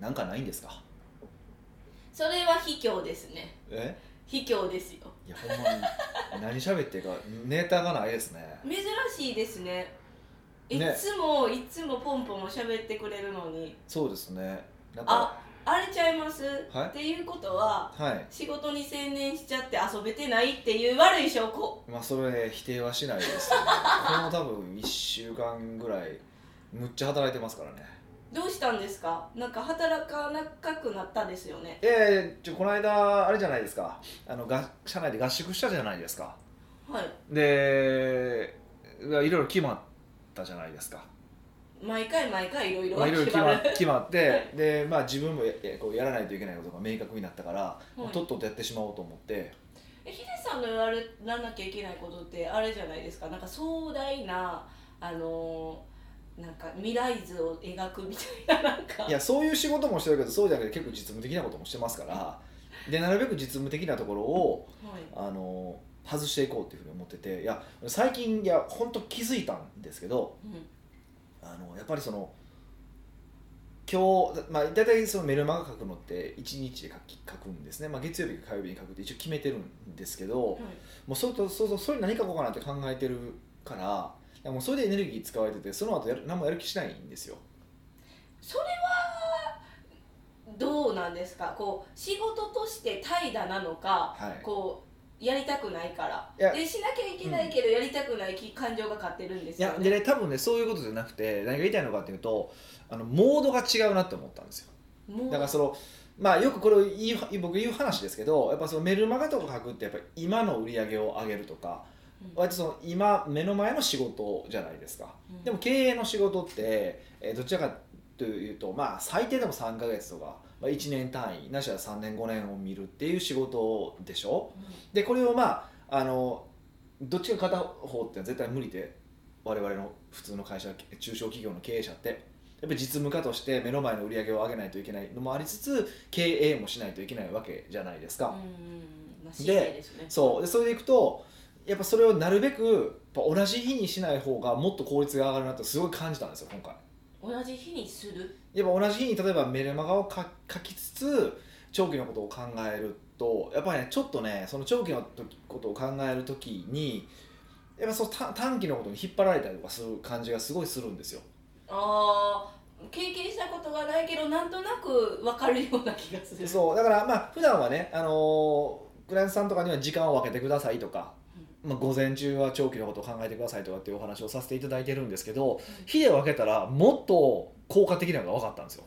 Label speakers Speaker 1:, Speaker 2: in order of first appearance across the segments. Speaker 1: なんかないんですか
Speaker 2: それは卑怯ですね
Speaker 1: え
Speaker 2: 卑怯ですよ
Speaker 1: いやほんまに何喋っていいかネタがないですね
Speaker 2: 珍しいですねい
Speaker 1: ね
Speaker 2: つも、いつもポンポン喋ってくれるのに
Speaker 1: そうですねなんか
Speaker 2: ああれちゃいます、
Speaker 1: はい
Speaker 2: っていうことは
Speaker 1: はい
Speaker 2: 仕事に専念しちゃって遊べてないっていう悪い証拠
Speaker 1: まあそれ否定はしないですけどこの多分1週間ぐらいむっちゃ働いてますからね
Speaker 2: どうしたんですかなんか働かなくなったですよね
Speaker 1: ええちょこの間あれじゃないですかあのが社内で合宿したじゃないですか
Speaker 2: はい
Speaker 1: でいろいろ決まったじゃないですか
Speaker 2: 毎回毎回いろいろ
Speaker 1: まあいろいろ決
Speaker 2: は
Speaker 1: ま
Speaker 2: い
Speaker 1: 決まってで、まあ、自分もややこうやらないといけないことが明確になったから、もうとっととやってしまおうと思って
Speaker 2: えヒデさんのやられらなきゃいけないことってあれじゃないですかなんか壮大なあのーなんか未来図を描くみたいななんか
Speaker 1: いやそういう仕事もしてるけどそうじゃなくて結構実務的なこともしてますからでなるべく実務的なところを
Speaker 2: はい
Speaker 1: あの外していこうっていうふうに思ってていや最近いや本当気づいたんですけど
Speaker 2: うん
Speaker 1: あのやっぱりその今日、まあ、大体そのメルマガ書くのって1日で書き書くんですね、まあ、月曜日か火曜日に書くって一応決めてるんですけど、
Speaker 2: はい
Speaker 1: もうそれとそうそうそれ何書こうかなって考えてるからいやもうそれでエネルギー使われててその後やる何もやる気しないんですよ
Speaker 2: それはどうなんですかこう仕事として怠惰なのか
Speaker 1: はい
Speaker 2: こうやりたくないから
Speaker 1: いや
Speaker 2: でしなきゃいけないけどやりたくないき感情が勝ってるんです
Speaker 1: い
Speaker 2: よ
Speaker 1: やで
Speaker 2: ね
Speaker 1: ね多分ねそういうことじゃなくて何が言いたいのかっていうとあのモードが違うなって思ったんですよ
Speaker 2: もう
Speaker 1: だからそのまあよくこれを言う僕言う話ですけどやっぱそのメルマガとか書くってやっぱ今の売り上げを上げるとか
Speaker 2: うん
Speaker 1: 割とその今目の前の仕事じゃないですか
Speaker 2: うん
Speaker 1: でも経営の仕事って、えーどちらかというとまあ最低でも3ヶ月とか、まあ、1年単位なしは3年5年を見るっていう仕事でしょ、
Speaker 2: う
Speaker 1: でこれをまああのどっちか片方って絶対無理で我々の普通の会社中小企業の経営者ってやっぱり実務家として目の前の売り上げを上げないといけないのもありつつ経営もしないといけないわけじゃないですか、
Speaker 2: んうんまあ神経ですね
Speaker 1: そうでそれでいくとやっぱそれをなるべくやっぱ同じ日にしない方がもっと効率が上がるなってすごい感じたんですよ今回
Speaker 2: 同じ日にする
Speaker 1: やっぱ同じ日に例えばメルマガを書書きつつ長期のことを考えるとやっぱりねちょっとねその長期の時ことを考える時にやっぱそう短短期のことに引っ張られたりとかする感じがすごいするんですよ
Speaker 2: あー経験したことがないけどなんとなく分かるような気がする
Speaker 1: そうだからまあ普段はねあのークライアントさんとかには時間を分けてくださいとか、まあ、午前中は長期のことを考えてくださいとかっていうお話をさせていただいてるんですけど日で分けたらもっと効果的なのが分かったんですよ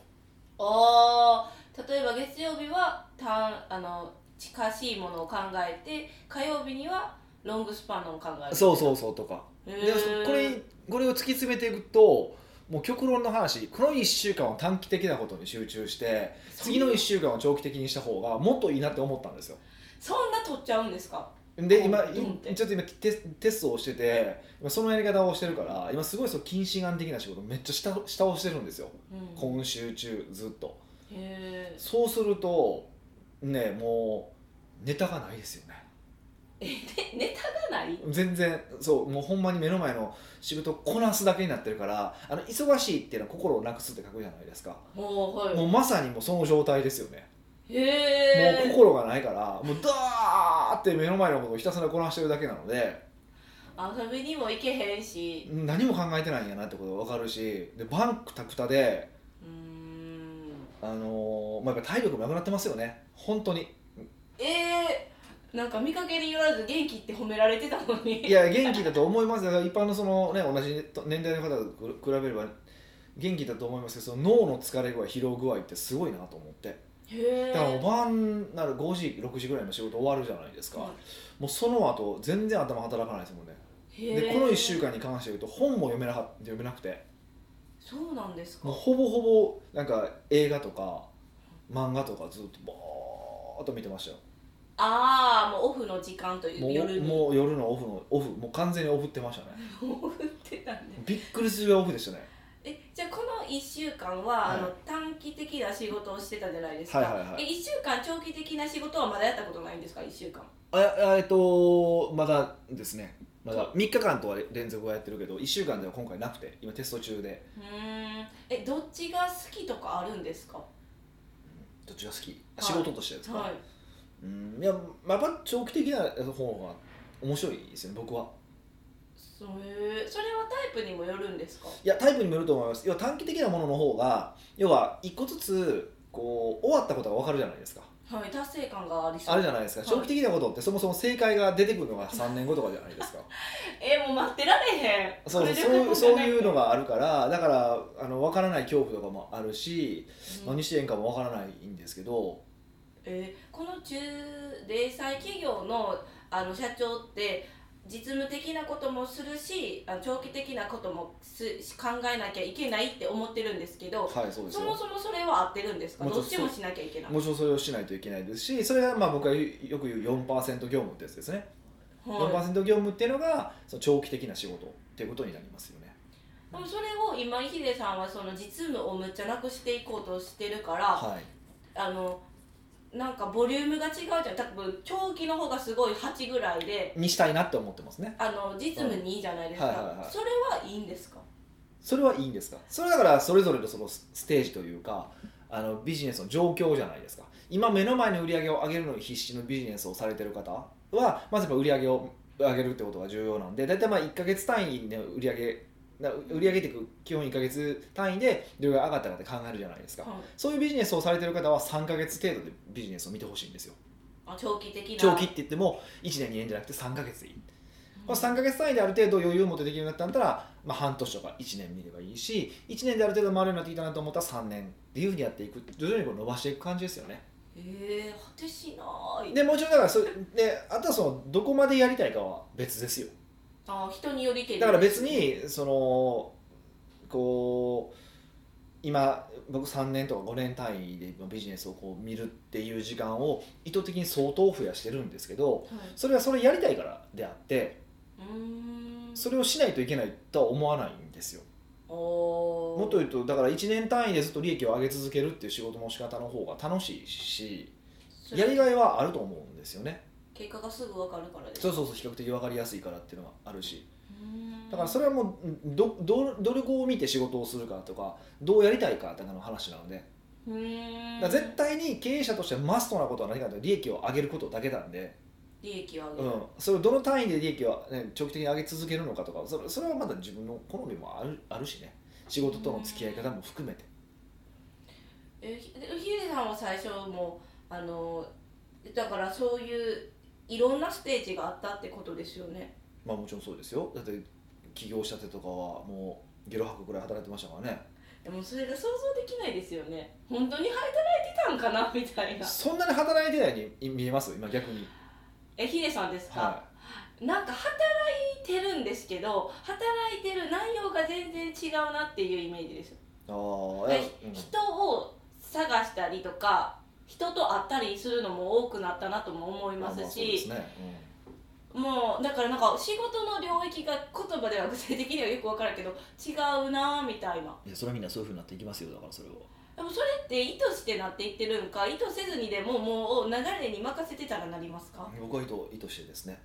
Speaker 2: あー例えば月曜日は単あの近しいものを考えて火曜日にはロングスパンのを考える
Speaker 1: そうそうそうとか
Speaker 2: へ
Speaker 1: で
Speaker 2: ー
Speaker 1: これこれを突き詰めていくともう極論の話この1週間を短期的なことに集中して次の1週間を長期的にした方がもっといいなって思ったんですよ
Speaker 2: そんな取っちゃうんですか
Speaker 1: で今
Speaker 2: うんうんって
Speaker 1: いちょっと今テステストをしてて今そのやり方をしてるから今すごいそう近視眼的な仕事めっちゃ下下をしてるんですよ
Speaker 2: うん
Speaker 1: 今週中ずっと
Speaker 2: へー
Speaker 1: そうするとねもうネタがないですよね
Speaker 2: えでネタがない
Speaker 1: 全然そうもうほんまに目の前の仕事をこなすだけになってるからあの忙しいっていうのは心をなくすって書くじゃないですか、
Speaker 2: もうはい
Speaker 1: もうまさにもうその状態ですよね、
Speaker 2: へ
Speaker 1: もう
Speaker 2: え
Speaker 1: 心がないからもうダーって目の前のことをひたすらこなしてるだけなので
Speaker 2: 遊びにも行けへんし
Speaker 1: 何も考えてないんやなってことが分かるしでバンクタクタで、
Speaker 2: うーん
Speaker 1: あのーまあ、やっぱ体力もなくなってますよね本当に
Speaker 2: えー、なんか見かけによらず元気って褒められてたのに
Speaker 1: いや元気だと思いますだから一般のその、ね、同じ年代の方と比べれば元気だと思いますけどその脳の疲れ具合疲労具合ってすごいなと思って
Speaker 2: へ
Speaker 1: だ
Speaker 2: え
Speaker 1: からもう晩なら5時6時ぐらいの仕事終わるじゃないですか、もうその後全然頭働かないですもんねでこの1週間に関して言うと本も読めなか読めなくて
Speaker 2: そうなんですか
Speaker 1: もうほぼほぼなんか映画とか漫画とかずっとボーっと見てましたよ
Speaker 2: ああもうオフの時間という
Speaker 1: もう
Speaker 2: 夜に
Speaker 1: もう夜のオフのオフもう完全にオフってましたね
Speaker 2: もう降ってたんで
Speaker 1: びっくりするぐらいオフでしたね
Speaker 2: えじゃあこの1週間は、
Speaker 1: はい
Speaker 2: あの短期的な仕事をしてたじゃないですか、
Speaker 1: はいはいはい
Speaker 2: え1週間長期的な仕事はまだやったことないんですか1週間
Speaker 1: ああえっとまだですねまだ3日間とは連続はやってるけど1週間では今回なくて今テスト中で
Speaker 2: うーんえどっちが好きとかあるんですか
Speaker 1: どっちが好きあ仕事としてですか、
Speaker 2: はい
Speaker 1: うんいやまあやっぱ長期的な方が面白いですよね僕は
Speaker 2: それそれはタイプにもよるんですか
Speaker 1: いやタイプにもよると思います要は短期的なものの方が要は一個ずつこう終わったことが分かるじゃないですか
Speaker 2: はい達成感がありそう
Speaker 1: あるじゃないですか
Speaker 2: はい
Speaker 1: 長期的なことってそもそも正解が出てくるのが3年後とかじゃない ですか
Speaker 2: えもう待ってられへん
Speaker 1: そうそうそ
Speaker 2: こ
Speaker 1: う
Speaker 2: れで
Speaker 1: いう
Speaker 2: こ
Speaker 1: そう
Speaker 2: じゃない
Speaker 1: いうのがあるからだからあの分からない恐怖とかもあるし
Speaker 2: うん
Speaker 1: 何してええんかも分からないんですけど
Speaker 2: えーこの中零細企業のあの社長って実務的なこともするしあの長期的なこともす考えなきゃいけないって思ってるんですけど
Speaker 1: はいそうです
Speaker 2: そ
Speaker 1: よ
Speaker 2: もそもそれは合ってるんですか
Speaker 1: もち
Speaker 2: ど
Speaker 1: ろん
Speaker 2: っちもしなきゃいけない、
Speaker 1: もちろんそれをしないといけないですしそれがまあ僕がよく言う4%業務ってやつですね、
Speaker 2: はい、
Speaker 1: 4%業務っていうのがその長期的な仕事っていうことになりますよね
Speaker 2: でもそれを今井秀さんはその実務をむっちゃなくしていこうとしてるから、
Speaker 1: はい
Speaker 2: あのなんかボリュームが違うじゃん多分長期の方がすごい8ぐらいで
Speaker 1: にしたいなって思ってますね
Speaker 2: あの実務2じゃないですか、
Speaker 1: はいはいはい
Speaker 2: それはいいんですか
Speaker 1: それはいいんですかそれはだからそれぞれのそのスステージというかあのビジネスの状況じゃないですか今目の前の売り上げを上げるのに必死のビジネスをされてる方はまずやっぱ売り上げを上げるってことが重要なんで大体まあ1か月単位の売り上げな売り上げって基本1か月単位で売り上げが上がったかって考えるじゃないですか
Speaker 2: はい
Speaker 1: そういうビジネスをされてる方は3か月程度でビジネスを見てほしいんですよ
Speaker 2: あ長期的な
Speaker 1: 長期って言っても1年2年じゃなくて3か月でいいまあ、
Speaker 2: うん
Speaker 1: 3ヶ月単位である程度余裕を持ってできるようになったんだったら、まあ、半年とか1年見ればいいし1年である程度回るようになってきたなと思ったら3年っていうふうにやっていく徐々にこう伸ばしていく感じですよね
Speaker 2: えー、果てしない
Speaker 1: でもちろんだからそれであとはそのどこまでやりたいかは別ですよ
Speaker 2: あ人によりけり
Speaker 1: だから別にそのこう今僕3年とか5年単位でビジネスをこう見るっていう時間を意図的に相当増やしてるんですけど
Speaker 2: はい、
Speaker 1: それはそれやりたいからであって
Speaker 2: うーん
Speaker 1: それをしないといけないとは思わないんですよ
Speaker 2: お
Speaker 1: もっと言うとだから1年単位でずっと利益を上げ続けるっていう仕事の仕方の方が楽しいし
Speaker 2: と
Speaker 1: やりがいはあると思うんですよね
Speaker 2: 結果がすぐ分かるからです
Speaker 1: そうそうそう比較的分かりやすいからっていうのがあるしだからそ
Speaker 2: れ
Speaker 1: れはもうんどどどれを見て仕事をするかとかどうやりたいかとかの話なので
Speaker 2: うーん
Speaker 1: だから絶対に経営者としてマストなことは何かというと利益を上げることだけなんで、
Speaker 2: 利益を上
Speaker 1: う
Speaker 2: げる、
Speaker 1: ん、それをどの単位で利益を、ね、長期的に上げ続けるのかとかそれそれはまだ自分の好みもあるあるしね仕事との付き合い方も含めて
Speaker 2: えひでヒデさんは最初もうあのだからそういういろんなステージがあったってことですよね
Speaker 1: まあもちろんそうですよだって起業したてとかはもうゲロ吐くぐらい働いてましたからね
Speaker 2: でもそれが想像できないですよね本当に働いてたんかなみたいな
Speaker 1: そんなに働いてないように見えます今逆に
Speaker 2: えヒデさんですか、
Speaker 1: は
Speaker 2: なんか働いてるんですけど働いてる内容が全然違うなっていうイメージです
Speaker 1: いああ
Speaker 2: で
Speaker 1: いやうん
Speaker 2: 人を探したりとか人と会ったりするのも多くなったなとも思い
Speaker 1: まあ
Speaker 2: ま
Speaker 1: まあ
Speaker 2: す
Speaker 1: そうです
Speaker 2: し、
Speaker 1: ね
Speaker 2: もうだからなんか仕事の領域が言葉では具体的にはよく分かるけど違うなみたいな
Speaker 1: うんいやそれはみんなそういうふうになっていきますよだからそれを
Speaker 2: でもそれって意図してなっていってるんか意図せずにでももう流れに任せてたらなりますか
Speaker 1: 僕は意図意図してですね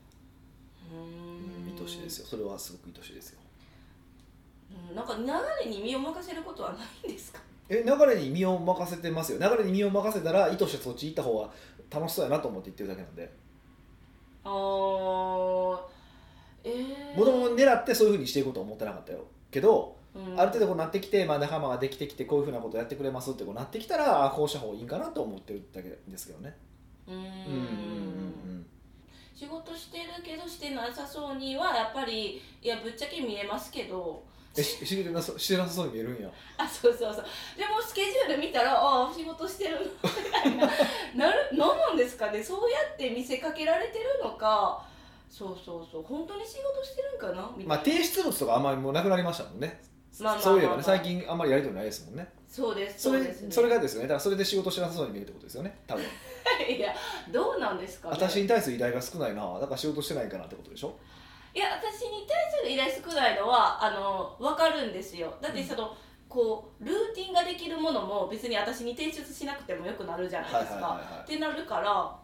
Speaker 2: う
Speaker 1: うん
Speaker 2: ーん
Speaker 1: 意図してですよそれはすごく意図してですよ
Speaker 2: うんなんか流れに身を任せることはないんですか
Speaker 1: え流れに身を任せてますよ流れに身を任せたら意図してそっち行った方が楽しそうやなと思って行ってるだけなんで
Speaker 2: あーえー、
Speaker 1: もともと狙ってそういうふうにしていこうとは思ってなかったよけど
Speaker 2: うん
Speaker 1: ある程度こうなってきて、まあ、仲間ができてきてこういうふうなことやってくれますってこうなってきたらあこうした方がいいんかなと思ってるだけですけどね
Speaker 2: うーん
Speaker 1: うんうんうん
Speaker 2: 仕事してるけどしてなさそうにはやっぱりいやぶっちゃけ見えますけど
Speaker 1: えししてなそしてなさそうに見えるんや
Speaker 2: あそうそうそうでもスケジュール見たらああ仕事してるな みたいななるなんなんですかねそうやって見せかけられてるのかそうそうそう本当に仕事してるんかなみたいな、
Speaker 1: まあ提出物とかあんまりもうなくなりましたもんね、
Speaker 2: まあまあまあまあ
Speaker 1: そういえばね最近あんまりやりとりないですもんね
Speaker 2: そうです
Speaker 1: それ
Speaker 2: うですね
Speaker 1: それがですよねだからそれで仕事してなさそうに見えるってことですよね多分
Speaker 2: いやどうなんですかね
Speaker 1: 私に対する依頼が少ないなだから仕事してないかなってことでしょ
Speaker 2: いや私に対する依頼少ないのはあの分かるんですよだってその、こうルーティンができるものも別に私に提出しなくてもよくなるじゃない
Speaker 1: はいは
Speaker 2: です
Speaker 1: い
Speaker 2: か、
Speaker 1: はいはい
Speaker 2: ってなるから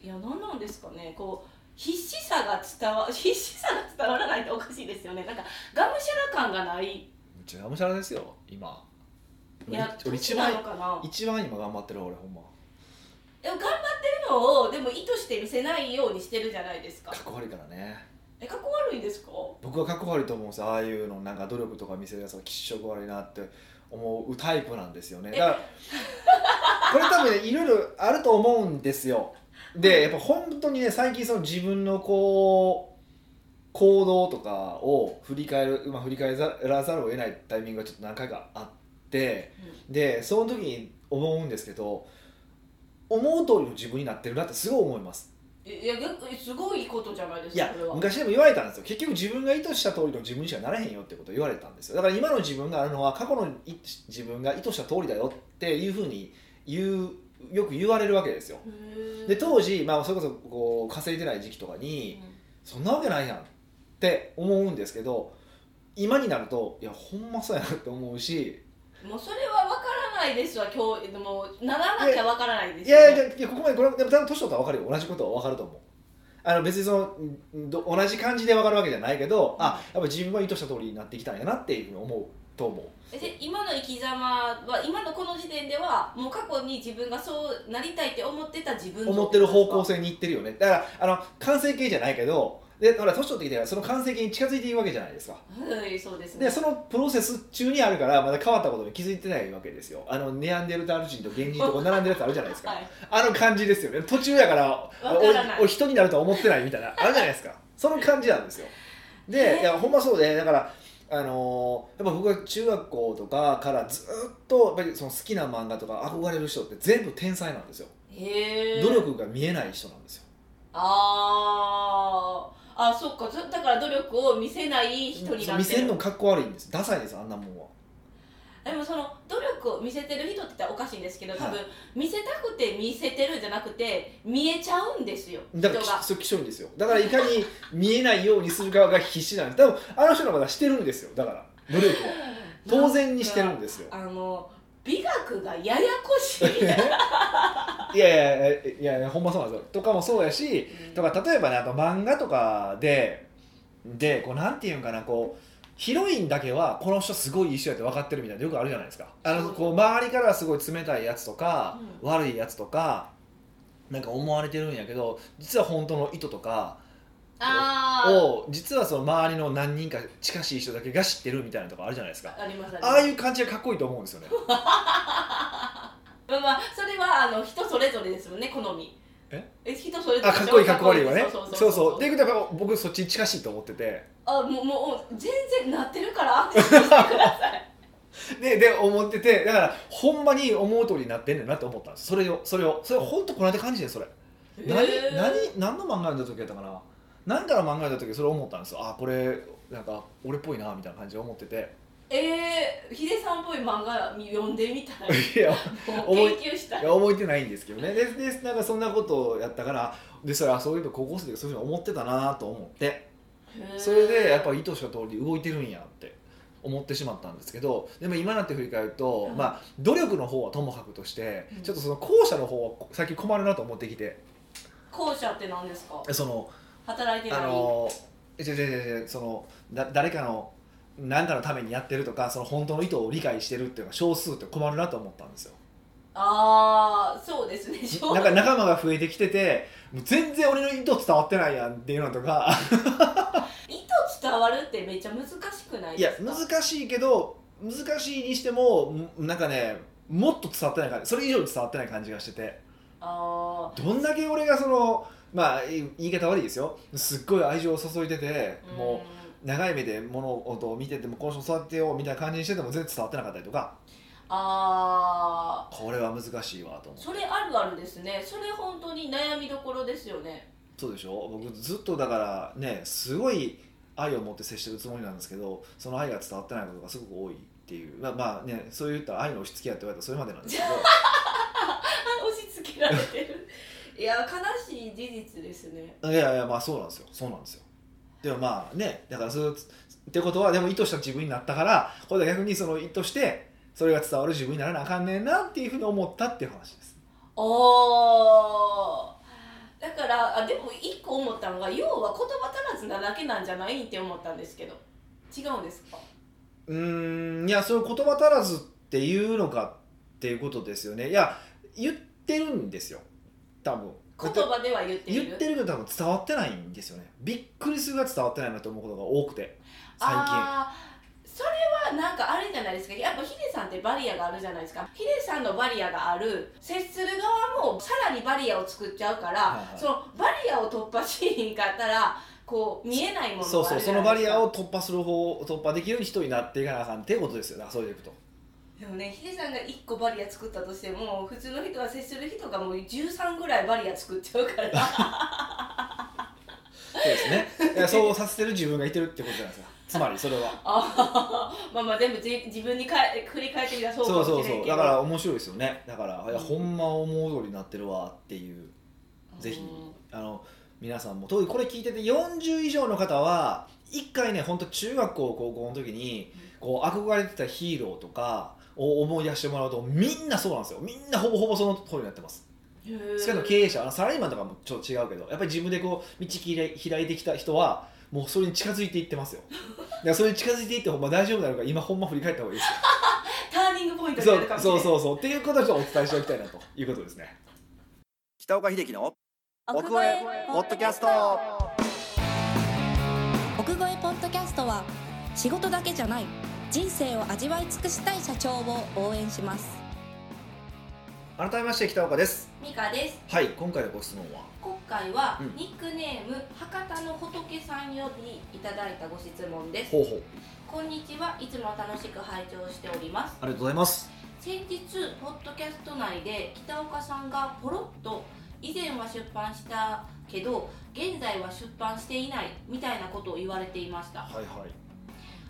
Speaker 2: いや何なんですかねこう必死さが伝わ 必死さが伝わらないっておかしいですよねなんかがむしゃら感がない
Speaker 1: めっちゃがむしゃらですよ今
Speaker 2: いや
Speaker 1: 俺
Speaker 2: 年
Speaker 1: 一
Speaker 2: なの
Speaker 1: 番
Speaker 2: かな
Speaker 1: 一番今頑張ってる俺ほんま
Speaker 2: でも頑張ってるのをでも意図して見せないようにしてるじゃないですか
Speaker 1: かっこ悪いからね
Speaker 2: えかっこ悪いんですか
Speaker 1: 僕はかっこ悪いと思うんですよああいうのなんか努力とか見せるやつは気色悪いなって思うタイプなんですよねだからこれ多分ねいろいろあると思うんですよでやっぱ本当にね最近その自分のこう行動とかを振り返る、まあ、振り返らざるを得ないタイミングがちょっと何回かあってでその時に思うんですけど思う通りの自分になってるなってすごい思います
Speaker 2: えいや逆にすごいことじゃないで
Speaker 1: い
Speaker 2: すか
Speaker 1: や
Speaker 2: それは
Speaker 1: 昔でも言われたんですよ結局自分が意図した通りの自分にしかなれへんよってことを言われたんですよだから今の自分があるのは過去のい自分が意図した通りだよっていうふうに言うよく言われるわけですよ
Speaker 2: へー
Speaker 1: で当時、まあ、それこそこう稼いでない時期とかにそんなわけないやんって思うんですけど今になるといやほんまそうやなって思うし
Speaker 2: うんもうそれは分からないですわ今日でもならなきゃ分からないです
Speaker 1: いやい
Speaker 2: ね
Speaker 1: やいやここまでこれでも多分年取ったら分かるよ同じことは分かると思うあの別にそのんど同じ感じで分かるわけじゃないけど、あやっぱ自分は意図した通りになってきたんやなっていうふうに思うと思う
Speaker 2: えで今の生き様は今のこの時点ではもう過去に自分がそうなりたいって思ってた自分の
Speaker 1: 思ってる方向性にいってるよねだからあの完成形じゃないけどでほら年取ってきたらその完成形に近づいていくわけじゃないですか
Speaker 2: はいそうですね
Speaker 1: でそのプロセス中にあるからまだ変わったことに気づいてないわけですよあのネアンデルタール人と原人とこう並んでるやつあるじゃないですか、
Speaker 2: はい
Speaker 1: あの感じですよね途中やから
Speaker 2: わからない
Speaker 1: おお人になるとは思ってないみたいなあるじゃないです かその感じなんですよで、
Speaker 2: ね
Speaker 1: いやほんまそうでだからあのーやっぱ僕は中学校とかからずっとやっぱりその好きな漫画とか憧れる人って全部天才なんですよ
Speaker 2: へえ
Speaker 1: 努力が見えない人なんですよ
Speaker 2: あーあそっかずだから努力を見せない人になって
Speaker 1: そう
Speaker 2: る
Speaker 1: 見せるのかっこ悪いんですダサいですあんなもんは
Speaker 2: でもその努力を見せてる人って言ったらおかしいんですけど多分、
Speaker 1: は
Speaker 2: 見せたくて見せてるんじゃなくて見えちゃうんですよ人
Speaker 1: だか
Speaker 2: が
Speaker 1: らきそうきしょいんですよだからいかに見えないようにする側が必死なんです多分あの人の方がしてるんですよだから努力 は当然にしてるんですよ
Speaker 2: あの美学がややこし い
Speaker 1: いやいやいやいやいやほんまそうなんですよとかもそうやしと
Speaker 2: か
Speaker 1: か例えばねあと漫画とかででこうなんていうんかなこうヒロインだけはこの人すごい一緒やって分かってるみたいなのよくあるじゃないですかあのこう周りからはすごい冷たいやつとか、悪いやつとかなんか思われてるんやけど実は本当の意図とか
Speaker 2: あー
Speaker 1: を実はその周りの何人か近しい人だけが知ってるみたいなとこあるじゃないですか
Speaker 2: ありますあります
Speaker 1: ああいう感じがかっこいいと思うんですよね
Speaker 2: まあまあそれはあの人それぞれですもんね好み
Speaker 1: え
Speaker 2: 人それぞれ
Speaker 1: あかっこいいかっこ悪いはね
Speaker 2: そう
Speaker 1: そ
Speaker 2: そうう
Speaker 1: そ
Speaker 2: そうう
Speaker 1: っていうことはやっぱ僕そっちに近しいと思ってて
Speaker 2: あもうもう全然なってるから安心してください
Speaker 1: でで思っててだからほんまに思う通りになってんねんなって思ったんですそれをそれをそれほんとこの間感じてそれ 何,、
Speaker 2: へー
Speaker 1: 何何の漫画読んだ時やったかな何から漫画読んだ時それ思ったんですよあこれなんか俺っぽいなみたいな感じで思ってて
Speaker 2: えー、ヒデさんっぽい漫画読んでみたい
Speaker 1: いや
Speaker 2: もう研究したい
Speaker 1: いや覚えてないんですけどねででなんかそんなことをやったからでそれあそういえば高校生でそういうふうに思ってたなと思ってそれでやっぱ意図した通り動いてるんやって思ってしまったんですけどでも今なって振り返ると、
Speaker 2: うん
Speaker 1: まあ、努力の方はともかくとして、
Speaker 2: うん
Speaker 1: ちょっとその後者の方は最近困るなと思ってきて
Speaker 2: 後者って何ですか
Speaker 1: その
Speaker 2: 働いてない
Speaker 1: あの違う違う違うそのだ誰かの何かのためにやってるとかその本当の意図を理解してるっていうのが少数って困るなと思ったんですよ。
Speaker 2: ああそうですね正
Speaker 1: なんか仲間が増えてきててもう全然俺の意図伝わってないやんっていうのとか
Speaker 2: 意図伝わるってめっちゃ難しくない
Speaker 1: いや
Speaker 2: ですか
Speaker 1: 難しいけど難しいにしてもんなんかねもっと伝わってない感じそれ以上に伝わってない感じがしてて
Speaker 2: あ
Speaker 1: どんだけ俺がそのまあい言い方悪いですよすっごい愛情を注いでて
Speaker 2: あ
Speaker 1: もう長い目で物事を見ててもこの人育てようみたいな感じにしてても全然伝わってなかったりとか
Speaker 2: ああ
Speaker 1: これは難しいわと思う
Speaker 2: それあるあるですねそれ本当に悩みどころですよね
Speaker 1: そうでしょ僕ずっとだからねすごい愛を持って接してるつもりなんですけどその愛が伝わってないことがすごく多いっていうまあまあねそういった愛の押し付けやって言われたらそれまでなんですけど
Speaker 2: あ押し付けられてる いや悲しい事実ですね
Speaker 1: いやいやまあそうなんですよそうなんですよでもまあねだからそうってことはでも意図した自分になったからこれは逆にその意図してそれが伝わる自分にならなあかんねんなっていうふうに思ったっていう話です
Speaker 2: おーだからあでも一個思ったのが要は言葉足らずなだけなんじゃないって思ったんですけど違うんですか
Speaker 1: うーんいやその言葉足らずっていうのかっていうことですよねいや言ってるんですよ多分
Speaker 2: 言葉では言ってい
Speaker 1: 言
Speaker 2: る
Speaker 1: ってるけど多分伝わってないんですよねびっくりするが伝わってないなと思うことが多くて最近
Speaker 2: あーそれはなんかあれじゃないですかやっぱヒデさんってバリアがあるじゃないですかヒデさんのバリアがある接する側もさらにバリアを作っちゃうから、
Speaker 1: はいはい
Speaker 2: そのバリアを突破しにんかったらこう見えないものが
Speaker 1: そう
Speaker 2: あ
Speaker 1: そう
Speaker 2: るじ
Speaker 1: そ
Speaker 2: ゃな
Speaker 1: のバ
Speaker 2: いです
Speaker 1: リ
Speaker 2: か
Speaker 1: アを突破する方を突破できるように人になっていかなあかんっていうことですよだからそれでいくと
Speaker 2: でもねヒデさんが1個バリア作ったとしても普通の人は接する人がもう13ぐらいバリア作っちゃうから
Speaker 1: そうですねいやそうさせてる自分がいてるってことじゃないですかつまりそれは
Speaker 2: あーまあまあ全部じ自分にかえ振り返ってみたらそうか
Speaker 1: そう
Speaker 2: も
Speaker 1: そう
Speaker 2: しれない
Speaker 1: そう
Speaker 2: けど
Speaker 1: だから面白いですよねだからいや
Speaker 2: うん
Speaker 1: ほんま思う通りになってるわっていうぜひあの皆さんも特にこれ聞いてて40以上の方は一回ね本当中学校高校の時にこう憧れてたヒーローとかを思い出してもらうとみんなそうなんですよみんなほぼほぼその通りになってます
Speaker 2: うん
Speaker 1: しかも経営者あのサラリーマンとかもちょっと違うけどやっぱり自分でこう道切れ開いてきた人はもうそれに近づいていってますよだからそれに近づいていってほんま大丈夫なのか今ほんま振り返った方がいいですよ
Speaker 2: ターニングポイントに
Speaker 1: そ
Speaker 2: なるか
Speaker 1: う
Speaker 2: もしれ
Speaker 1: そ
Speaker 2: な
Speaker 1: うそ
Speaker 2: い
Speaker 1: うそうっていうことをちょっとお伝えしておきたいなということですね
Speaker 3: 北岡秀樹の
Speaker 4: 奥
Speaker 3: 奥越
Speaker 4: 越え
Speaker 3: え
Speaker 4: ポ
Speaker 3: ポ
Speaker 4: ッ
Speaker 3: ッド
Speaker 4: ドキ
Speaker 3: キ
Speaker 4: ャ
Speaker 3: ャ
Speaker 4: ス
Speaker 3: ス
Speaker 4: ト
Speaker 3: ト
Speaker 4: 奥越えポッドキャストは仕事だけじゃない人生を味わい尽くしたい社長を応援します
Speaker 1: 改めまして北岡です
Speaker 2: ミカです
Speaker 1: はい今回のご質問は
Speaker 2: 今回は
Speaker 1: うん
Speaker 2: ニックネーム、博多の仏さんよりいただいたご質問です
Speaker 1: ほうほう
Speaker 2: こんにちはいつも楽しく拝聴しております
Speaker 1: ありがとうございます
Speaker 2: 先日ポッドキャスト内で北岡さんがポロッと以前は出版したけど現在は出版していないみたいなことを言われていました
Speaker 1: はいはい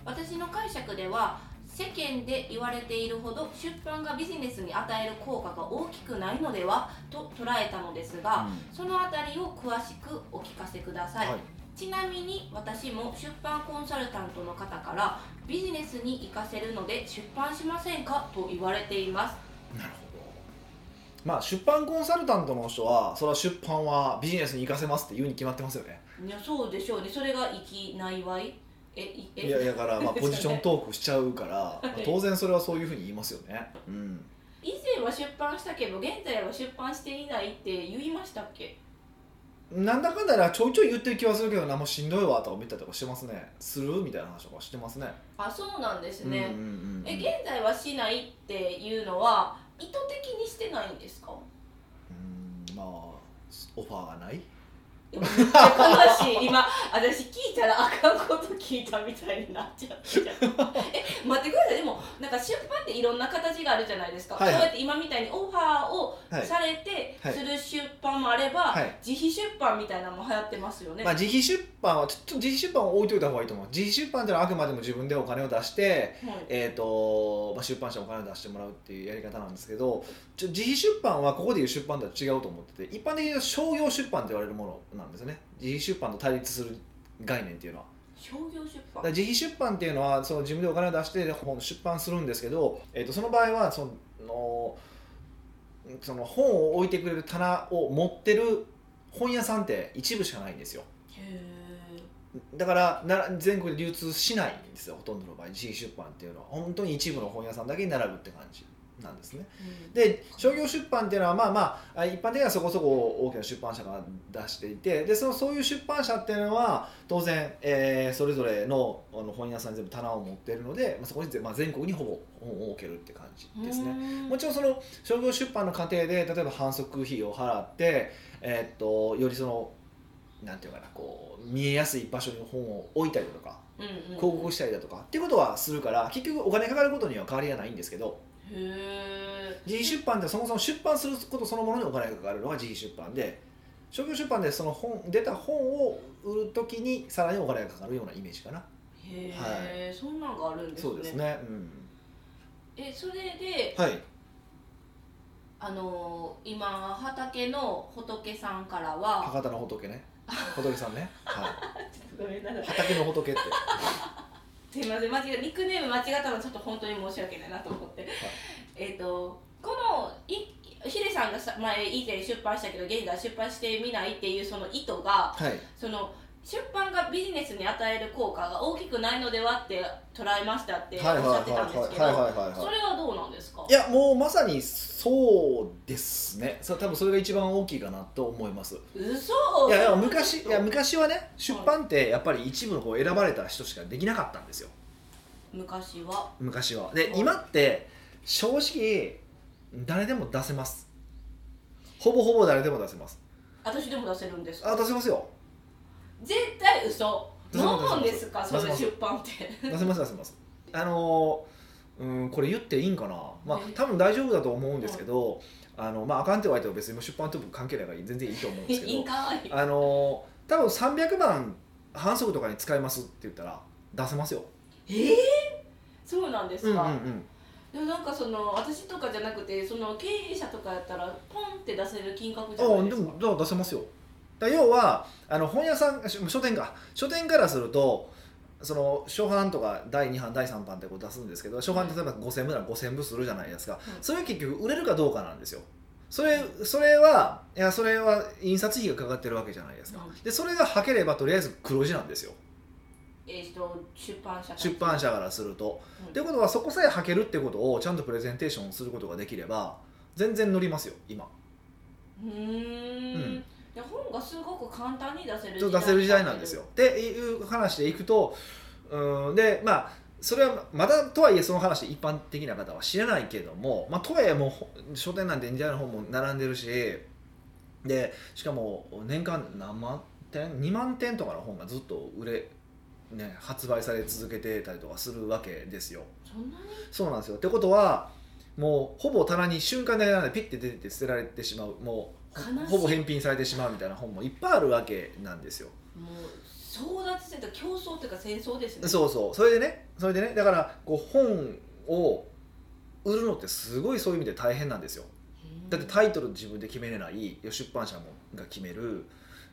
Speaker 2: 私の解釈では世間で言われているほど出版がビジネスに与える効果が大きくないのではと捉えたのですが、そのあたりを詳しくお聞かせください、
Speaker 1: はい
Speaker 2: ちなみに私も出版コンサルタントの方からビジネスに活かせるので出版しませんかと言われています
Speaker 1: なるほどまあ出版コンサルタントの人はそれは出版はビジネスに生かせますって言うに決まってますよね
Speaker 2: いやそうでしょうねそれが生きないわいえいえ
Speaker 1: いやだから まあポジショントークしちゃうから、まあ
Speaker 2: はい
Speaker 1: 当然それはそういうふうに言いますよねうん
Speaker 2: 以前は出版したけど現在は出版していないって言いましたっけ
Speaker 1: なんだかんだなちょいちょい言ってる気はするけどなもうしんどいわとか見たりとかしてますねするみたいな話とかしてますね
Speaker 2: あそうなんです
Speaker 1: うんうん
Speaker 2: ね、
Speaker 1: うんうん
Speaker 2: え現在はしないっていうのは意図的にしてないんですか
Speaker 1: うんまあオファーがない
Speaker 2: でもめっちゃ悲しい今私聞いたらあかんこと聞いたみたいになっちゃってえ待ってくださいでもなんか出版っていろんな形があるじゃないですか、
Speaker 1: はいはい
Speaker 2: そうやって今みたいにオファーを
Speaker 1: はい
Speaker 2: されて
Speaker 1: はい
Speaker 2: する出版もあれば、
Speaker 1: はい
Speaker 2: 自費出版みたいなのも流行ってますよね、
Speaker 1: まあ、自費出版はちょっと自費出版を置いといた方がいいと思う自費出版っていうのはあくまでも自分でお金を出して、
Speaker 2: はい
Speaker 1: えーとまあ、出版社にお金を出してもらうっていうやり方なんですけどちょ自費出版はここでいう出版とは違うと思ってて一般的には商業出版と言われるものなんですね自費出版と対立する概念っていうのは
Speaker 2: 商業出
Speaker 1: だ
Speaker 2: 版
Speaker 1: から自費出版っていうのはその自分でお金を出して本を出版するんですけど、えー、とその場合はそのその本を置いてくれる棚を持ってる本屋さんって一部しかないんですよ
Speaker 2: へ
Speaker 1: だからな全国で流通しないんですよほとんどの場合自費出版っていうのは本当に一部の本屋さんだけに並ぶって感じなんですね
Speaker 2: え
Speaker 1: で商業出版っていうのはまあまああ一般的にはそこそこ大きな出版社が出していてでそのそういう出版社っていうのは当然、えーそれぞれのあの本屋さんに全部棚を持っているので、まあ、そこに全,、まあ、全国にほぼ本を置けるって感じですね。も
Speaker 2: も
Speaker 1: ちろんその商業出版の過程で例えば反則費を払って、えーっとよりそのなんていうかなこう見えやすい場所に本を置いたりだとか
Speaker 2: ろん広
Speaker 1: 広告したりだとかっていうことはするから結局お金かかることには変わりはないんですけど
Speaker 2: へえ
Speaker 1: 自費出版ってそもそも出版することそのものにお金がかかるのが自費出版で商業出版でその本出た本を売るときにさらにお金がかかるようなイメージかな
Speaker 2: へえ、そんなんがあるんですね
Speaker 1: そうですね、うん、
Speaker 2: えそれで
Speaker 1: はい
Speaker 2: あのー今畑の仏さんからは
Speaker 1: 博多の仏ね仏さんね、は
Speaker 2: ごめんなさい
Speaker 1: い、畑の仏って
Speaker 2: すいません間違えニックネーム間違ったのちょっと本当に申し訳ないなと思って、えっ、とこのいヒデさんがさ前以前出版したけど現在出版してみないっていうその意図が
Speaker 1: はい
Speaker 2: その出版がビジネスに与える効果が大きくないのではって捉えましたっておっしゃってたんですけど
Speaker 1: はいはいはいはいはいはいはい
Speaker 2: それはどうなんですか
Speaker 1: いやもうまさにそそうですねそう多分それが一番大きいかなと思います
Speaker 2: 嘘
Speaker 1: いやいや昔いや昔はね出
Speaker 2: はい
Speaker 1: 版ってやっぱり一部のこう選ばれた人しかできなかったんですよ
Speaker 2: 昔は
Speaker 1: 昔はで
Speaker 2: はい
Speaker 1: 今って正直誰でも出せますほぼほぼ誰でも出せます
Speaker 2: 私でも出せるんですか
Speaker 1: あ出せます よ
Speaker 2: 絶対嘘
Speaker 1: 出せ
Speaker 2: 何
Speaker 1: ます
Speaker 2: なんですか
Speaker 1: 出せ
Speaker 2: そ
Speaker 1: ます
Speaker 2: の出版って
Speaker 1: 出せます出せますあのーうんこれ言っていいんかなまあ
Speaker 2: え
Speaker 1: 多分大丈夫だと思うんですけどあのまああかんって言われても別に出版と関係ないから全然いいと思うん ですけど
Speaker 2: 印鑑はい
Speaker 1: あのー多分300万反則とかに使いますって言ったら出せますよ
Speaker 2: ええそうなんですか、
Speaker 1: ん
Speaker 2: でもなんかその私とかじゃなくてその経営者とかやったらポンって出せる金額じゃな
Speaker 1: あ
Speaker 2: い
Speaker 1: で
Speaker 2: ですか
Speaker 1: もだから出せますよだから要はあの本屋さんし書店か書店からするとその初版とか第2版第3版ってこう出すんですけど初版例えば5000部なら5000部するじゃないですか、
Speaker 2: うん
Speaker 1: それは結局売れるかどうかなんですよそれそれはいやそれは印刷費がかかってるわけじゃないですか、
Speaker 2: うん
Speaker 1: でそれがはければとりあえず黒字なんですよ
Speaker 2: えー、と出版社から
Speaker 1: 出版社からすると。
Speaker 2: うん
Speaker 1: ってことはそこさえはけるってことをちゃんとプレゼンテーションすることができれば全然乗りますよ今
Speaker 2: うーん、
Speaker 1: うん
Speaker 2: いや本がすごく簡単に出せる
Speaker 1: と出せる時代なんですよ。っていう話でいくとうんでまあそれはまだとはいえその話一般的な方は知らないけども、まあ、とはいえもうほ書店なんてみたいな本も並んでるしでしかも年間何万点2万点とかの本がずっと売れ、ね、発売され続けてたりとかするわけですよ。
Speaker 2: そんなに
Speaker 1: そうなんですよってことはもうほぼ棚に瞬間で並んでピッて出てて捨てられてしまうも
Speaker 2: 悲し
Speaker 1: う
Speaker 2: い
Speaker 1: ほぼ返品されてしまうみたいな本もいっぱいあるわけなんですよ。
Speaker 2: もう争奪戦と競争というか戦争ですね
Speaker 1: そうそうそれでねそれでねだからこう本を売るのってすごいそういう意味で大変なんですよ
Speaker 2: うん
Speaker 1: だってタイトル自分で決めれない出版社もが決める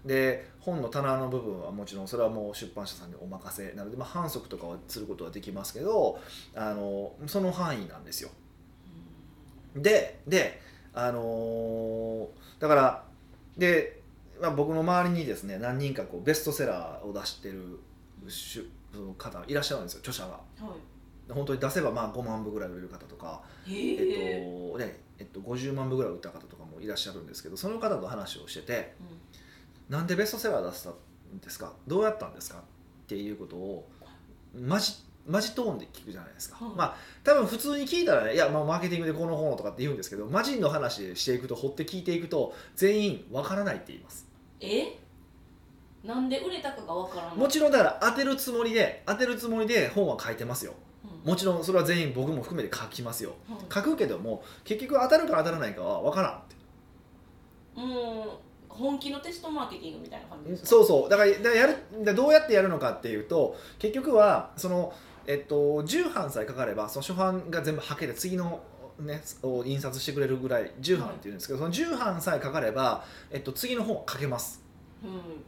Speaker 1: で本の棚の部分はもちろんそれはもう出版社さんにお任せなので、まあ、反則とかはすることはできますけどあのその範囲なんですよでであのーだからで、まあ、僕の周りにですね何人かこうベストセラーを出してる出その方いらっしゃるんですよ著者が
Speaker 2: うんは
Speaker 1: 本当に出せばまあ5万部ぐらい売れる方とか、
Speaker 2: い
Speaker 1: え
Speaker 2: へ
Speaker 1: っ
Speaker 2: ー
Speaker 1: とねえっと、50万部ぐらい売った方とかもいらっしゃるんですけどその方と話をしてて
Speaker 2: う
Speaker 1: 「
Speaker 2: ん
Speaker 1: なんでベストセラー出したんですかどうやったんですか?」っていうことをマジマジトーンで聞くじゃないですか、
Speaker 2: はい
Speaker 1: まあ多分普通に聞いたらね「いや、まあ、マーケティングでこの本を」とかって言うんですけどマジの話でしていくと掘って聞いていくと全員わからないって言います
Speaker 2: えなんで売れたかがわからない
Speaker 1: もちろんだから当てるつもりで当てるつもりで本は書いてますよ
Speaker 2: うん
Speaker 1: もちろんそれは全員僕も含めて書きますよ
Speaker 2: はい
Speaker 1: 書くけども結局当たるか当たらないかは分からんって
Speaker 2: もう本気のテストマーケティングみたいな感じですか
Speaker 1: そうそうだからだからやるだからどうやってやるのかっていうと結局はその、えっと、10版さえかかればその初版が全部はけて次の、ね、を印刷してくれるぐらい10版っていうんですけど、その10版さえかかれば、えっと、次の本を書けます
Speaker 2: うん、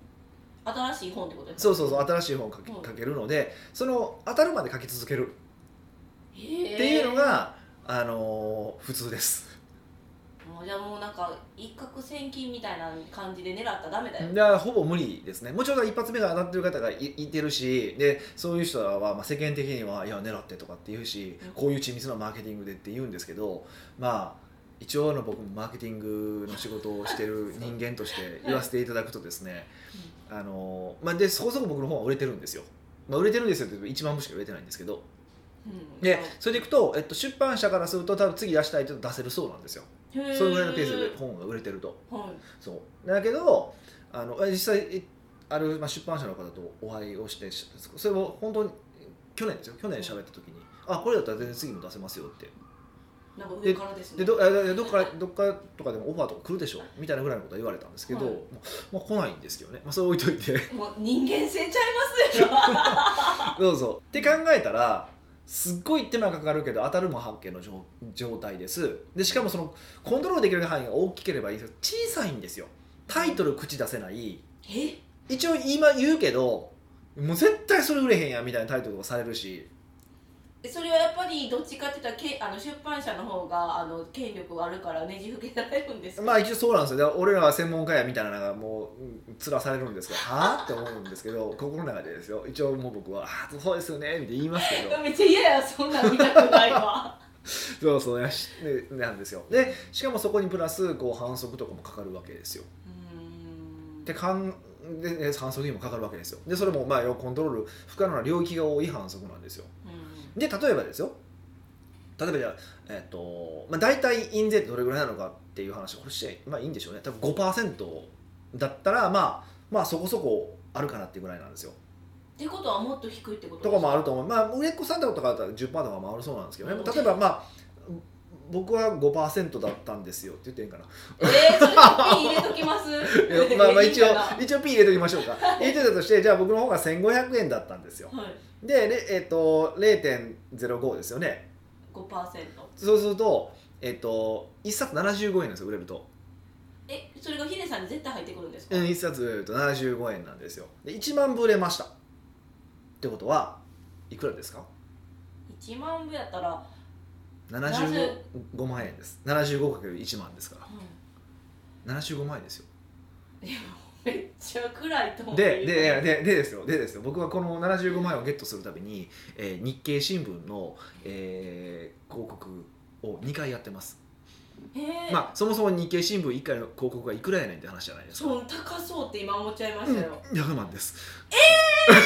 Speaker 2: 新しい本ってことですか
Speaker 1: そうそうそう新しい本を書け
Speaker 2: うん
Speaker 1: 書けるのでその当たるまで書き続ける
Speaker 2: へー
Speaker 1: っていうのが、あのー普通です
Speaker 2: もうじゃあもうなんか一攫千金みたいな感じで狙ったらダメだよ、
Speaker 1: いやほぼ無理ですねもちろん一発目が当たってる方がいいてるしでそういう人は、まあ、世間的にはいや狙ってとかって言うし
Speaker 2: うん
Speaker 1: こういう緻密なマーケティングでって言うんですけどまあ一応の僕もマーケティングの仕事をしてる人間として言わせていただくとですねあの、まあ、でそこそこ僕の本は売れてるんですよ、まあ、売れてるんですよって言って1万部しか売れてないんですけど
Speaker 2: うん
Speaker 1: でそれでいくと、えっと、出版社からすると多分次出したいって言うと出せるそうなんですよ
Speaker 2: それ
Speaker 1: それぐらいのペースで本が売れてると。
Speaker 2: は
Speaker 1: そうだけどあのえ実際えある、まあ、出版社の方とお会いをしてしそれも本当に去年ですよ去年喋った時に「あこれだったら全然次も出せますよ」って
Speaker 2: いなんか上からですね
Speaker 1: でどあどっからどっからとかでもオファーとか来るでしょみたいなぐらいのことは言われたんですけど、
Speaker 2: はい
Speaker 1: まあ、来ないんですけどね、まあ、それ置いといて
Speaker 2: もう人間性ちゃいますよ
Speaker 1: どうぞって考えたらすっごい手間かかるけど当たるも半径の状状態ですでしかもそのコントロールできる範囲が大きければいいですけど小さいんですよタイトル口出せない
Speaker 2: え
Speaker 1: 一応今言うけどもう絶対それ売れへんやんみたいなタイトルをされるし
Speaker 2: えそれはやっぱりどっちかって言ったらけあの出版社の方があの権力があるからねじ伏けられるんですか
Speaker 1: まあ一応そうなんですよだから俺らは専門家やみたいなのがもううんつらされるんですけどはあって思うんですけど心の中でですよ一応もう僕は「ああそうですよね」って言いますけど
Speaker 2: めっちゃ嫌やそんなん見たくないわ
Speaker 1: そうそうやしねなんですよでしかもそこにプラスこう反則とかもかかるわけですよ
Speaker 2: うん
Speaker 1: でかんでね反則にもかかるわけですよでそれもまあ要はコントロール不可能な領域が多い反則なんですよ
Speaker 2: うん
Speaker 1: で例えばですよ例えばじゃあ、えっとまあ、大体印税ってどれぐらいなのかっていう話これしてまあいいんでしょうね多分5%だったら、まあ、まあそこそこあるかなっていうぐらいなんですよ
Speaker 2: ってことはもっと低いってこと
Speaker 1: とかもあると思うまあ売れっ子さんとかだったら10%とかもあるそうなんですけどね例えばまあ僕は5%だったんですよって言っていいんかな
Speaker 2: えー、それピン入れときま す
Speaker 1: いやまあ まあ一応
Speaker 2: いいかな
Speaker 1: 一応 P 入れときましょうか入れてたとしてじゃあ僕の方が1500円だったんですよ
Speaker 2: はい
Speaker 1: で、れえっと0.05ですよね
Speaker 2: 5%
Speaker 1: そうするとえっと1冊75円なんですよ売れると、
Speaker 2: えそれがヒデさんに絶対入ってくるんですか、
Speaker 1: うん、1冊売れると75円なんですよで1万部売れましたってことはいくらですか
Speaker 2: 1万部やったら、は
Speaker 1: 75万円です 75×1 万ですから
Speaker 2: い
Speaker 1: 75万円ですよ
Speaker 2: いやめっちゃ暗いと思う
Speaker 1: でででででですよでですよ僕はこの75万円をゲットするたびに、えー日経新聞の、えー広告を2回やってます、
Speaker 2: えー
Speaker 1: まあそもそも日経新聞1回の広告がいくらやねんって話じゃないですか
Speaker 2: そう高そうって今思っちゃいましたよ、
Speaker 1: ヤフマンです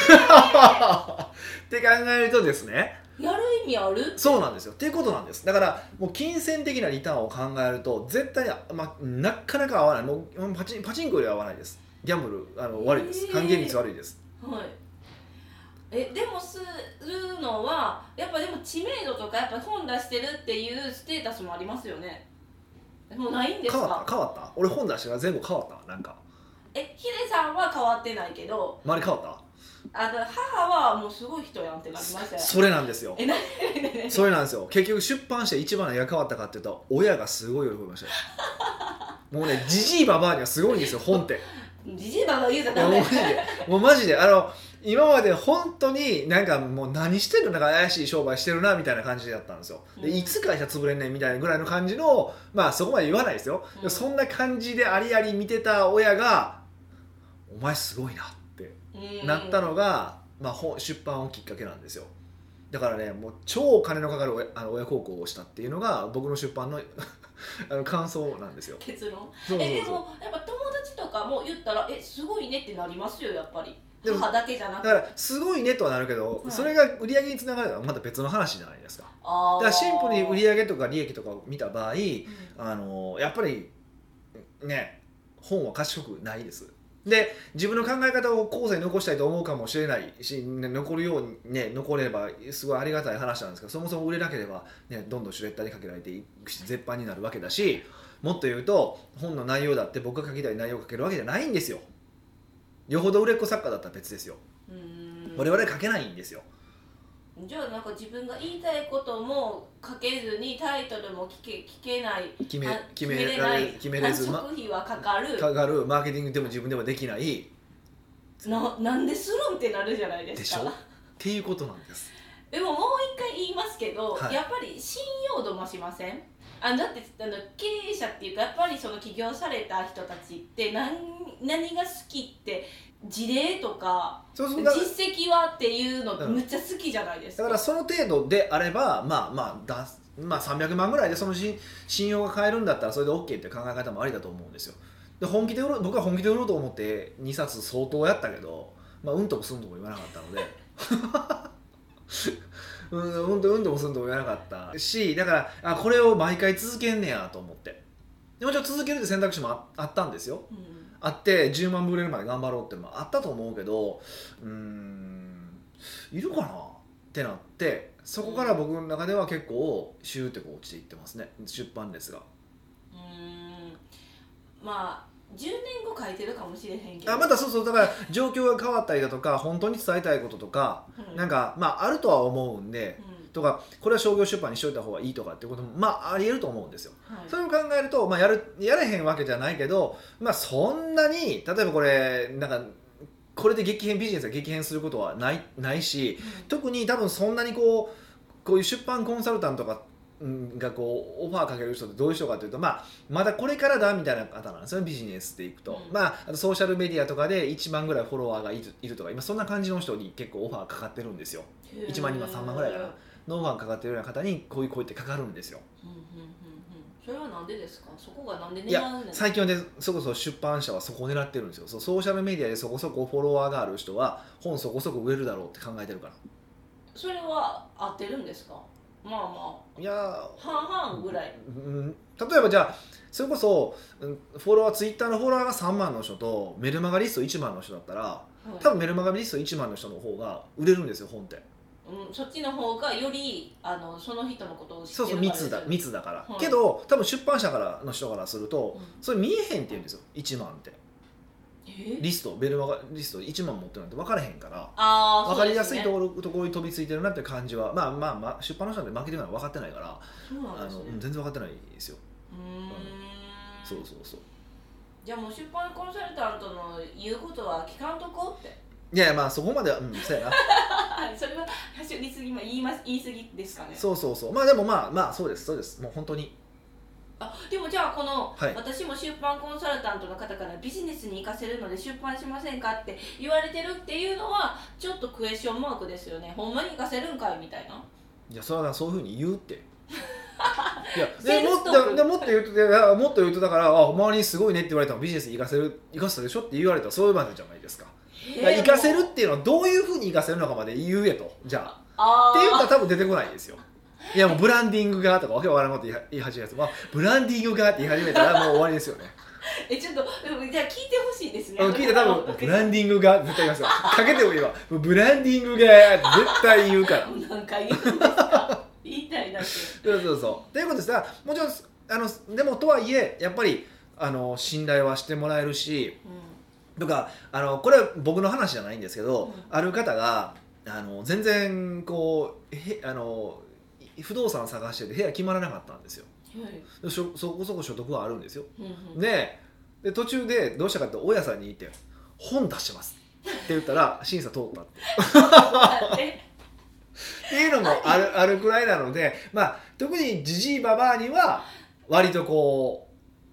Speaker 1: え って考えるとですね
Speaker 2: やる意味ある
Speaker 1: そうなんですよっていうことなんですだからもう金銭的なリターンを考えると絶対、まあ、なかなか合わないもうパチンパチンコより合わないですギャンブルあの悪いです
Speaker 2: えー
Speaker 1: 還元率悪いです
Speaker 2: はいえでもするのはやっぱでも知名度とかやっぱ本出してるっていうステータスもありますよねもうないんです
Speaker 1: 変わっ
Speaker 2: か
Speaker 1: た変わった俺本出してから全部変わったなんか
Speaker 2: えヒデさんは変わってないけど
Speaker 1: 周り変わった
Speaker 2: あの母はもうすごい人やんってなりましたよ
Speaker 1: それなんですよ
Speaker 2: え何何何何
Speaker 1: それなんですよ結局出版して一番何が変わったかっていうと親がすごい喜びま したよもうねじじいばばあにはすごいんですよ本って
Speaker 2: じじいばば言うじゃ
Speaker 1: いや
Speaker 2: ダ
Speaker 1: もう
Speaker 2: メ
Speaker 1: マジでもうマジであの今まで本当になんかもう何してるのなんか怪しい商売してるなみたいな感じだったんですよで
Speaker 2: うん
Speaker 1: いつ会社潰れんねんみたいなぐらいの感じのまあそこまで言わないですよ、で
Speaker 2: うん
Speaker 1: そんな感じでありあり見てた親が「お前すごいな」って
Speaker 2: うん
Speaker 1: なったのが、まあ、本出版をきっかけなんですよだからねもう超お金のかかる親あの親孝行をしたっていうのが僕の出版の あの感想なんですよ
Speaker 2: 結論
Speaker 1: そうそう
Speaker 2: えで
Speaker 1: そう
Speaker 2: もやっぱ友達とかも言ったらえすごいねってなりますよやっぱり
Speaker 1: でも
Speaker 2: 母だけじゃな
Speaker 1: だ
Speaker 2: く
Speaker 1: か
Speaker 2: て
Speaker 1: らすごいねとはなるけど、
Speaker 2: はい
Speaker 1: それが売り上げにつながるのはまた別の話じゃないですか
Speaker 2: あ
Speaker 1: だか
Speaker 2: ー
Speaker 1: らシンプルに売り上げとか利益とかを見た場合あのやっぱりね本は賢くないですで自分の考え方を後世に残したいと思うかもしれないし、ね残るようにね残ればすごいありがたい話なんですけどそもそも売れなければ、ね、どんどんシュレッダーにかけられていくし絶版になるわけだしもっと言うと本の内容だって僕が書きたい内容を書けるわけじゃないんですよよほど売れっ子作家だったら別ですよ
Speaker 2: うんうん
Speaker 1: 我々は書けないんですよ
Speaker 2: じゃあなんか自分が言いたいことも書けずにタイトルも聞け聞けない
Speaker 1: 決め
Speaker 2: あ
Speaker 1: 決められ決めれず、
Speaker 2: 食
Speaker 1: ま、
Speaker 2: 費はかかる
Speaker 1: かかるマーケティングでも自分でもできない
Speaker 2: ななんでするんってなるじゃないで
Speaker 1: ですし
Speaker 2: か
Speaker 1: ょっていうことなんです
Speaker 2: でももう一回言いますけど、
Speaker 1: はい
Speaker 2: やっぱり信用度もしませんあだってあの経営者っていうかやっぱりその起業された人たちって何何が好きって事例とか
Speaker 1: そうそうだから
Speaker 2: 実績はっていうの
Speaker 1: うん
Speaker 2: むっちゃ好きじゃないです
Speaker 1: だからその程度であればまあまあだまあ300万ぐらいでそのし信用が買えるんだったらそれで OK っていう考え方もありだと思うんですよで本気で売ろう僕は本気で売ろうと思って2冊相当やったけど、まあ、うんともすんとも言わなかったので うんうんとうんともすんとも言わなかったしだからあこれを毎回続けんねやと思ってでもちろん続けるって選択肢もああったんですよ
Speaker 2: うん
Speaker 1: あって10万部売れるまで頑張ろうってのもあったと思うけどうーんいるかなってなってそこから僕の中では結構シューってこう落ちていってますね出版ですが
Speaker 2: うーんまあ10年後書いてるかもしれへんけど
Speaker 1: あまたそうそうだから状況が変わったりだとか本当に伝えたいこととか
Speaker 2: うん
Speaker 1: なんかまああるとは思うんで
Speaker 2: うん
Speaker 1: とかこれは商業出版にしといた方がいいとかってこともまあありえると思うんですよ
Speaker 2: はい
Speaker 1: それを考えると、まあ、やるやれへんわけじゃないけど、まあ、そんなに例えばこれなんかこれで激変ビジネスが激変することはないないし特に多分そんなにこうこういう出版コンサルタントとかうんがこうオファーかける人ってどういう人かというと、まあ、まだこれからだみたいな方なんですよねビジネスでいくと、
Speaker 2: うん
Speaker 1: まあ、あとソーシャルメディアとかで1万ぐらいフォロワーがいるいるとか今そんな感じの人に結構オファーかかってるんですよ
Speaker 2: うん
Speaker 1: 1万2万3万ぐらいかな脳がんかかってるような方にこういう声ってかかるんですよ
Speaker 2: うんうんうんうんそれはなんでですかそこがなんで狙
Speaker 1: いうや
Speaker 2: ねん
Speaker 1: 最近はねそこそこ出版社はそこを狙ってるんですよそうソーシャルメディアでそこそこフォロワーがある人は本そこそこ売れるだろうって考えてるから
Speaker 2: それは合ってるんですかまあま
Speaker 1: いや
Speaker 2: あ半々ぐらい
Speaker 1: ーうん例えばじゃあそれこそうんフォロワーツイッターのフォロワーが3万の人とメルマガリスト1万の人だったら
Speaker 2: はい
Speaker 1: 多分メルマガリスト1万の人の方が売れるんですよ本って
Speaker 2: うん、そっちの方がよりあのその人のことを知
Speaker 1: そう
Speaker 2: って
Speaker 1: そう
Speaker 2: る
Speaker 1: 密だ
Speaker 2: からですよね
Speaker 1: 密だから、
Speaker 2: はい
Speaker 1: けど多分出版社からの人からすると
Speaker 2: うん
Speaker 1: それ見えへんって言うんですよ1万って
Speaker 2: え
Speaker 1: リストベルマガリスト1万持ってるなんて分からへんから
Speaker 2: ああ
Speaker 1: 分かりやすいと
Speaker 2: こ
Speaker 1: ころ,、ところに飛びついてるなって感じはまあまあ、まあ、出版の人なんてマーケティングなんて分かってないから
Speaker 2: そうな
Speaker 1: あ
Speaker 2: んです
Speaker 1: の
Speaker 2: ね
Speaker 1: うん全然分かってないですよ
Speaker 2: うーん
Speaker 1: そうそうそう
Speaker 2: じゃあもう出版コンサルタントの言うことは聞かんとこって
Speaker 1: いやいやまあそこまではうんそうやな
Speaker 2: それは走りすぎま言います言い過ぎですかね
Speaker 1: そうそうそうまあでもまあまあそうですそうですもう本当に
Speaker 2: あでもじゃあこの、
Speaker 1: はい
Speaker 2: 私も出版コンサルタントの方からビジネスに活かせるので出版しませんかって言われてるっていうのはちょっとクエスチョンマークですよねほんまに活かせるんかいみたいない
Speaker 1: やそれはそういうふうに言うってい や
Speaker 2: セ
Speaker 1: で
Speaker 2: ール
Speaker 1: も
Speaker 2: ス
Speaker 1: っ
Speaker 2: トーク
Speaker 1: とでもっと言うとでいやもっと言うとだからあ周りにすごいねって言われたらビジネスに生かせる生かせたでしょって言われたらそういうまでじゃないですかだから
Speaker 2: えー
Speaker 1: 生かせるっていうのはどういうふうに生かせるのかまで言うやとじゃあ
Speaker 2: あ
Speaker 1: っ
Speaker 2: ー
Speaker 1: ていうのは多分出てこないですよいやもうブランディングがとかわけわからんこと言い言い始めたまあブランディングがって言い始めたらもう終わりですよね
Speaker 2: えちょっとうんじゃあ聞いてほしいですね
Speaker 1: うん聞いて多分 ブラ
Speaker 2: ン
Speaker 1: ンディングが絶対言いますよかけてもいいわブランディングがって絶対言うから
Speaker 2: なんか言うんですか言いたいだけ
Speaker 1: そうそうそうということですだからもちろんあのでもとはいえやっぱりあの信頼はしてもらえるし
Speaker 2: う
Speaker 1: とかあのこれは僕の話じゃないんですけど、
Speaker 2: うん
Speaker 1: ある方があの全然こうへあのい不動産探してて部屋決まらなかったんですよ
Speaker 2: んはい
Speaker 1: でしょそこそこ所得はあるんですよ
Speaker 2: うんうん
Speaker 1: でで途中でどうしたかって大家さんに言って「本出してます」って言ったら審査通ったって
Speaker 2: え
Speaker 1: っていうのもあるあるくらいなのでまあ特にじじいばばあには割とこ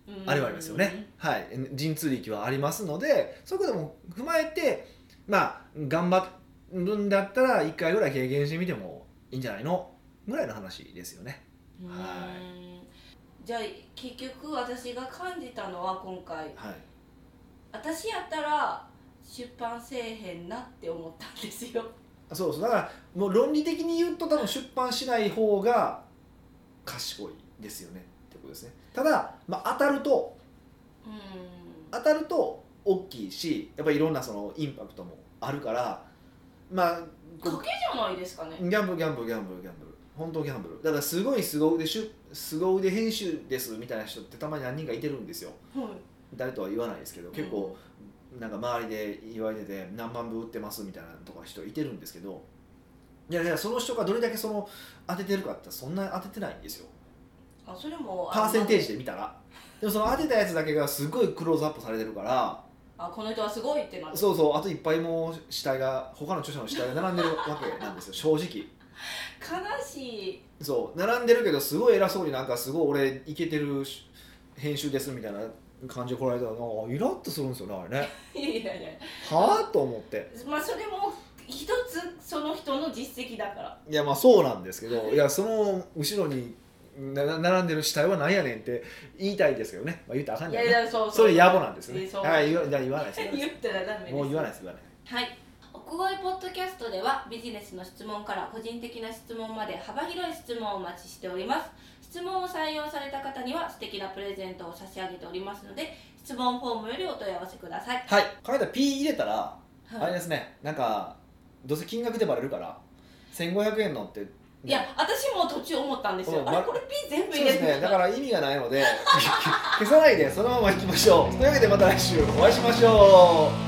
Speaker 1: うあれはありますよね、はい、神通力はありますのでそういうことも踏まえてまあ頑張るんだったら1回ぐらい経験してみてもいいんじゃないのぐらいの話ですよね
Speaker 2: うん
Speaker 1: は
Speaker 2: じゃあ結局私が感じたのは今回
Speaker 1: はい
Speaker 2: 私やったら出版せえへんなって思ったんですよ
Speaker 1: そうそうだからもう論理的に言うと多分出版しない方が賢いですよねってことですねただ、まあ、当たると
Speaker 2: うん
Speaker 1: 当たると大きいしやっぱりいろんなそのインパクトもあるからまあこう
Speaker 2: 賭けじゃないですかね
Speaker 1: ギャンブルギャンブルギャンブルギャンブル本当ギャンブルだからすごいすご腕しゅすご腕編集ですみたいな人ってたまに何人かいてるんですよ
Speaker 2: はい
Speaker 1: 誰とは言わないですけど結構なんか周りで言われてて何万部売ってますみたいなとか人いてるんですけどいやいやその人がどれだけその当ててるかってそんな当ててないんですよ
Speaker 2: あそれも
Speaker 1: パーセンテー
Speaker 2: ジ
Speaker 1: ジで見たらでもその当てたやつだけがすごいクローズアップされてるから
Speaker 2: あこの人はすごいってなって
Speaker 1: そうそうあといっぱいもう死体が他の著者の死体が並んでるわけなんですよ正直
Speaker 2: 悲しい
Speaker 1: そう並んでるけどすごい偉そうになんかすごい俺イケてるし編集ですみたいな感じで来られたらなんかイラッとするんですよねあれね
Speaker 2: いやいやいや
Speaker 1: はあと思って
Speaker 2: まあそれも一つその人の実績だから
Speaker 1: いやまあそうなんですけどいやその後ろになな並んでる死体は何やねんって言いたいですけどね、まあ、言ったらあかん
Speaker 2: い
Speaker 1: ね
Speaker 2: や
Speaker 1: ん
Speaker 2: いやそう
Speaker 1: それ野暮なんですよ
Speaker 2: え
Speaker 1: ね
Speaker 2: ーそう
Speaker 1: はい言わ言わないです
Speaker 2: 言ったらダメです
Speaker 1: もう言わないです言わない
Speaker 2: はい屋外ポッドキャストではビジネスの質問から個人的な質問まで幅広い質問をお待ちしております質問を採用された方には素敵なプレゼントを差し上げておりますので質問フォームよりお問い合わせください、
Speaker 1: はい考えたら P 入れたらあれ
Speaker 2: い、
Speaker 1: ですねなんかどうせ金額でバレるから1500円のって
Speaker 2: や私も途中思ったんです
Speaker 1: う
Speaker 2: よ
Speaker 1: ん
Speaker 2: あれ
Speaker 1: ま
Speaker 2: これ P 全部
Speaker 1: そうで
Speaker 2: 入れ
Speaker 1: す
Speaker 2: て
Speaker 1: ね、だから意味が ないので消さないでそのままいきましょうというわけでまた来週お会いしましょう